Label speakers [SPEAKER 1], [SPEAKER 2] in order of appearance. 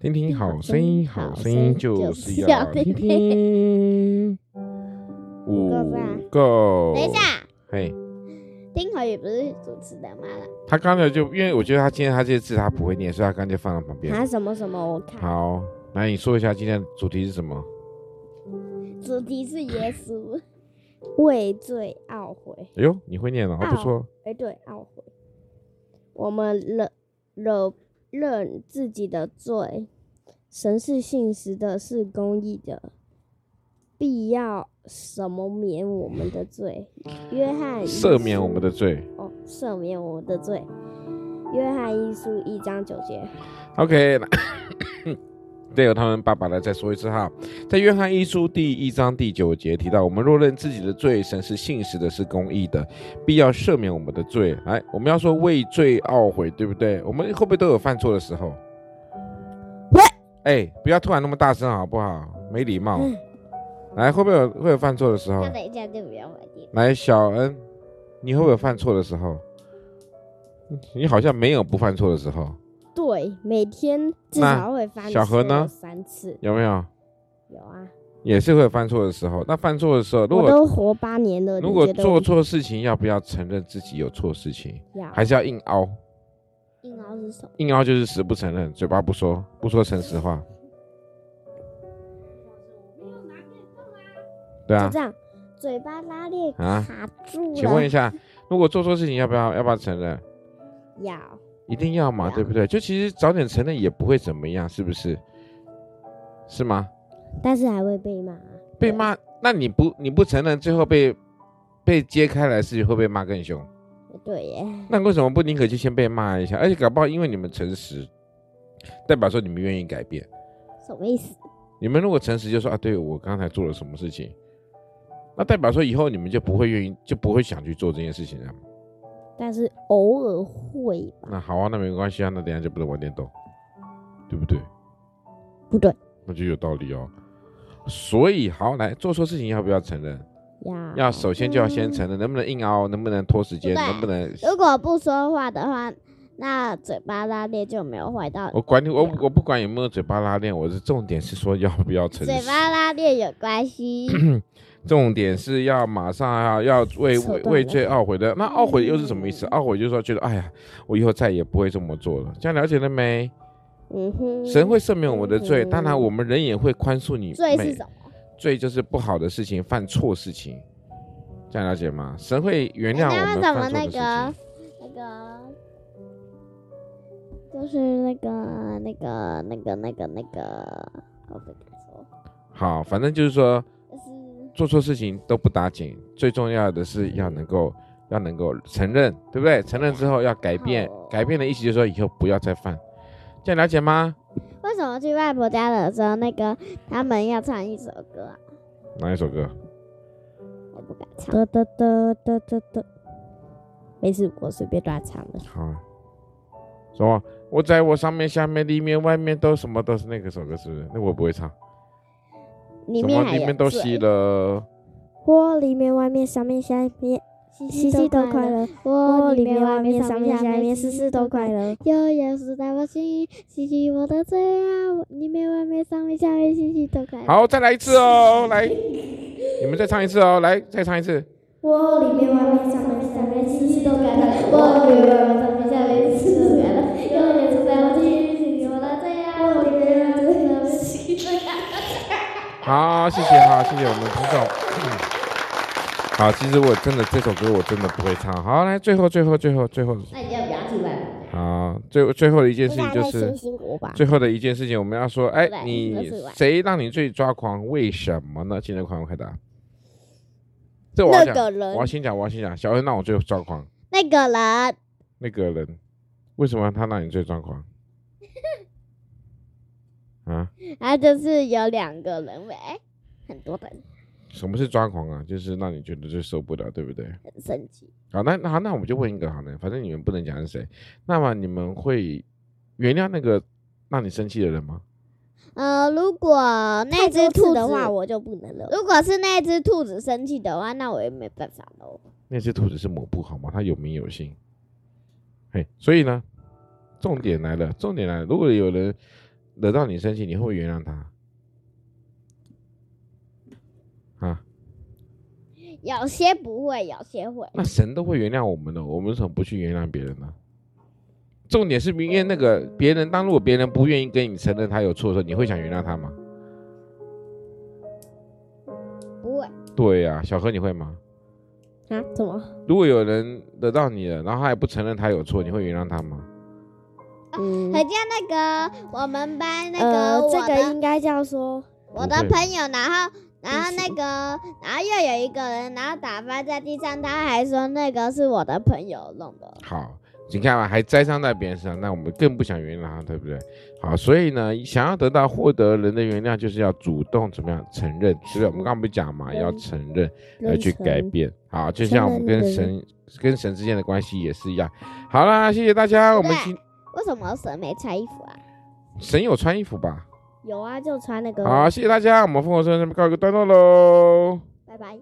[SPEAKER 1] 听听好声音，好声音就是要听
[SPEAKER 2] 就是要
[SPEAKER 1] 听。五个，
[SPEAKER 2] 等一，下，
[SPEAKER 1] 嘿，
[SPEAKER 2] 丁可宇不是主持人吗？
[SPEAKER 1] 他刚才就因为我觉得他今天他这些字他不会念，所以他刚才就放在旁边。
[SPEAKER 2] 他什么什么？我看
[SPEAKER 1] 好，来你说一下今天的主题是什么？
[SPEAKER 2] 主题是耶稣 畏罪懊悔，
[SPEAKER 1] 哎呦，你会念了，还不错。哦
[SPEAKER 2] 哎，对，懊悔。我们忍忍认自己的罪，神是信实的，是公义的，必要什么免我们的罪？约翰一
[SPEAKER 1] 赦免
[SPEAKER 2] 书
[SPEAKER 1] 我们的罪。
[SPEAKER 2] 哦，赦免我们的罪。约翰一书一章九节，
[SPEAKER 1] OK，那 对有他们爸爸来再说一次哈，在约翰一书第一章第九节提到，我们若认自己的罪，神是信实的，是公义的，必要赦免我们的罪。来，我们要说为罪懊悔，对不对？我们会不会都有犯错的时候？
[SPEAKER 2] 喂，嗯
[SPEAKER 1] 哎，不要突然那么大声好不好？没礼貌。来，会不会有会有犯错的时候
[SPEAKER 2] 那？等一下就不要回你。
[SPEAKER 1] 来，小恩，你会不会有犯错的时候？你好像没有不犯错的时候，
[SPEAKER 2] 对，每天至
[SPEAKER 1] 那
[SPEAKER 2] 少会翻
[SPEAKER 1] 小何呢
[SPEAKER 2] 错三次，
[SPEAKER 1] 有没有？
[SPEAKER 2] 有啊，
[SPEAKER 1] 也是会犯错的时候。那犯错的时候，如
[SPEAKER 2] 我
[SPEAKER 1] 果
[SPEAKER 2] 都活八年了，
[SPEAKER 1] 如
[SPEAKER 2] 你
[SPEAKER 1] 果
[SPEAKER 2] 觉得
[SPEAKER 1] 做
[SPEAKER 2] 我
[SPEAKER 1] 错事情，要不要承认自己有错事情？
[SPEAKER 2] 要
[SPEAKER 1] 还是要硬凹？
[SPEAKER 2] 硬凹是什么？
[SPEAKER 1] 硬凹就是死不承认，嘴巴不说，不说诚实话。对
[SPEAKER 2] 就
[SPEAKER 1] 啊
[SPEAKER 2] 这样，嘴巴拉链
[SPEAKER 1] 啊！
[SPEAKER 2] 卡住
[SPEAKER 1] 请问一
[SPEAKER 2] 了，
[SPEAKER 1] 下，如果做错事情，要不要要不要承认？
[SPEAKER 2] 要
[SPEAKER 1] 一定要嘛，
[SPEAKER 2] 要
[SPEAKER 1] 对不对？就其实早点承认也不会怎么样，是不是？是吗？
[SPEAKER 2] 但是还会被骂啊，
[SPEAKER 1] 被骂，那你不你不承认，最后被被揭开来是会被骂更凶。
[SPEAKER 2] 对耶，
[SPEAKER 1] 那为什么不宁可就先被骂一下？而且搞不好因为你们诚实，代表说你们愿意改变。
[SPEAKER 2] 什么意思？
[SPEAKER 1] 你们如果诚实就说啊，对我刚才做了什么事情，那代表说以后你们就不会愿意，就不会想去做这件事情了。
[SPEAKER 2] 但是偶尔会吧，
[SPEAKER 1] 那好啊，那没关系啊，那等一下就不能玩电动，对不对？
[SPEAKER 2] 不对，
[SPEAKER 1] 那就有道理哦。所以好来做错事情要不要承认？
[SPEAKER 2] 要
[SPEAKER 1] 要首先就要先承认，能不能硬凹？能不能拖时间？
[SPEAKER 2] 嗯对
[SPEAKER 1] 能不能？
[SPEAKER 2] 如果不说话的话，那嘴巴拉链就没有坏到。
[SPEAKER 1] 我管你，我我不管有没有嘴巴拉链，我是重点是说要不要诚实。
[SPEAKER 2] 嘴巴拉链有 关系，
[SPEAKER 1] 重点是要马上要要为
[SPEAKER 2] 扯
[SPEAKER 1] 为
[SPEAKER 2] 断
[SPEAKER 1] 为
[SPEAKER 2] 了嗯
[SPEAKER 1] 罪懊悔的。那懊悔又是什么意思？懊悔就是说觉得，哎呀，我以后再也不会这么做了。这样了解了没？
[SPEAKER 2] 嗯哼。
[SPEAKER 1] 神会赦免我们的罪，
[SPEAKER 2] 嗯
[SPEAKER 1] 当然我们人也会宽恕你。
[SPEAKER 2] 罪
[SPEAKER 1] 每
[SPEAKER 2] 是什么？
[SPEAKER 1] 罪就是不好的事情，犯错事情。这样了解吗？神会原谅我们
[SPEAKER 2] 哎那为什么
[SPEAKER 1] 犯错的事
[SPEAKER 2] 那个
[SPEAKER 1] 情。
[SPEAKER 2] 那个就是那个那个那个那个那个，我不敢说，
[SPEAKER 1] 好，反正就是说
[SPEAKER 2] 就是
[SPEAKER 1] 做错事情都不打紧，最重要的是要能够要能够承认，对不对？承认之后要改变
[SPEAKER 2] 好哦，
[SPEAKER 1] 改变的意思就是说以后不要再犯。这样了解吗？
[SPEAKER 2] 为什么去外婆家的时候，那个他们要唱一首歌啊、
[SPEAKER 1] 哪一首歌？
[SPEAKER 2] 我不敢唱。哒哒哒哒哒哒，没事，我随便乱唱的。
[SPEAKER 1] 好，什么？我在我上面、下面、里面、外面都什么都是那个首歌，是不是？那我不会唱。
[SPEAKER 2] 里
[SPEAKER 1] 什
[SPEAKER 2] 面
[SPEAKER 1] 么
[SPEAKER 2] 还有
[SPEAKER 1] 里面都吸了，
[SPEAKER 3] 窝里面、外面、上面、下面，
[SPEAKER 2] 西
[SPEAKER 3] 西
[SPEAKER 2] 西
[SPEAKER 3] 西
[SPEAKER 2] 都
[SPEAKER 3] 都
[SPEAKER 2] 快
[SPEAKER 3] 快
[SPEAKER 2] 乐，
[SPEAKER 3] 乐；
[SPEAKER 2] 窝
[SPEAKER 3] 窝
[SPEAKER 2] 里
[SPEAKER 3] 里
[SPEAKER 2] 面
[SPEAKER 3] 面、
[SPEAKER 2] 外
[SPEAKER 3] 外
[SPEAKER 2] 面
[SPEAKER 3] 面、
[SPEAKER 2] 上
[SPEAKER 3] 上
[SPEAKER 2] 面
[SPEAKER 3] 面、
[SPEAKER 2] 下
[SPEAKER 3] 下
[SPEAKER 2] 面
[SPEAKER 3] 面，
[SPEAKER 2] 事
[SPEAKER 3] 事
[SPEAKER 2] 事
[SPEAKER 3] 事
[SPEAKER 2] 都
[SPEAKER 3] 都
[SPEAKER 2] 快
[SPEAKER 3] 快乐。
[SPEAKER 2] 有耶稣大宝心，洗洗我的罪啊！我里面外面上面下面西西都快乐。
[SPEAKER 1] 好，再来一次哦，来，你们再唱一次哦，来，再唱一次。
[SPEAKER 3] 窝里面、外面、上面、下面，事事都快乐。
[SPEAKER 2] 我里面外面上面下面事事都快乐。有耶稣大宝心，洗洗我的罪啊！我里面外面上面西西都快乐。
[SPEAKER 1] 好，谢谢哈，谢谢我们听众。 好，其实我真的这首歌我真的不会唱。好，来，最后最后最后最后，
[SPEAKER 2] 那你就不要去外婆家。
[SPEAKER 1] 好，最最后的一件事情
[SPEAKER 2] 大
[SPEAKER 1] 就
[SPEAKER 2] 家
[SPEAKER 1] 是
[SPEAKER 2] 辛。辛苦吧。
[SPEAKER 1] 最后的一件事情，我们要说，哎
[SPEAKER 2] 对，
[SPEAKER 1] 你
[SPEAKER 2] 那是完
[SPEAKER 1] 谁让你最抓狂？为什么呢？今天狂回答。这我要
[SPEAKER 2] 那
[SPEAKER 1] 讲，
[SPEAKER 2] 个人
[SPEAKER 1] 我要，先讲，我要先讲。小恩让我最抓狂，
[SPEAKER 2] 那个人，
[SPEAKER 1] 那个人，为什么他让你最抓 狂？啊？
[SPEAKER 2] 他就是有两个人喂，很多人
[SPEAKER 1] 什么是抓狂啊？就是让你觉得最受不了，对不对？
[SPEAKER 2] 很生气。
[SPEAKER 1] 好，那那好，那我们就问一个好了，反正你们不能讲是谁。那么你们会原谅那个让你生气的人吗？
[SPEAKER 2] 呃，如果那只兔子
[SPEAKER 3] 兔的话，我就不能了。
[SPEAKER 2] 如果是那只兔子生气的话，那我也没办法喽。
[SPEAKER 1] 那只兔子是抹布好吗？它有名有姓。嘿，所以呢，重点来了，重点来了。如果有人惹到你生气，你会不会原谅他？啊，
[SPEAKER 3] 有些不会，有些会。
[SPEAKER 1] 那神都会原谅我们的，我们为什么不去原谅别人呢？重点是因为那个别人，当如果别人不愿意跟你承认他有错的时候，你会想原谅他吗？
[SPEAKER 3] 不会
[SPEAKER 1] 对呀、小何你会吗？
[SPEAKER 3] 啊？怎么？
[SPEAKER 1] 如果有人惹到你了，然后他也不承认他有错，你会原谅他吗？
[SPEAKER 3] 嗯
[SPEAKER 2] 很，像那个我们班那
[SPEAKER 3] 呃
[SPEAKER 2] 个，我
[SPEAKER 3] 这
[SPEAKER 2] 的、
[SPEAKER 3] 个应该叫说，
[SPEAKER 2] 我
[SPEAKER 1] 不
[SPEAKER 2] 的
[SPEAKER 1] 会
[SPEAKER 2] 朋友，然后然后
[SPEAKER 3] 不
[SPEAKER 2] 那
[SPEAKER 3] 行
[SPEAKER 2] 个然后又有一个人，然后打翻在地上，他还说那个是我的朋友弄的。
[SPEAKER 1] 好，你看嘛，还栽赃在别人身上，那我们更不想原谅他，对不对？好，所以呢，想要得到获得人的原谅，就是要主动怎么样承认，对不对？我们刚刚不是讲嘛，要承认，要
[SPEAKER 3] 人
[SPEAKER 1] 去改
[SPEAKER 3] 称
[SPEAKER 1] 变。好，就
[SPEAKER 3] 承
[SPEAKER 1] 像我
[SPEAKER 3] 认
[SPEAKER 1] 们
[SPEAKER 3] 你
[SPEAKER 1] 跟
[SPEAKER 3] 的
[SPEAKER 1] 神跟神之间的关系也是一样。好啦，谢谢大家，我们
[SPEAKER 2] 对
[SPEAKER 1] 今
[SPEAKER 2] 为什么蛇没穿衣服啊？
[SPEAKER 1] 神有穿衣服吧？
[SPEAKER 3] 有啊，就穿那个。
[SPEAKER 1] 好，谢谢大家，我们复活生这边告一个段落喽。
[SPEAKER 2] 拜拜。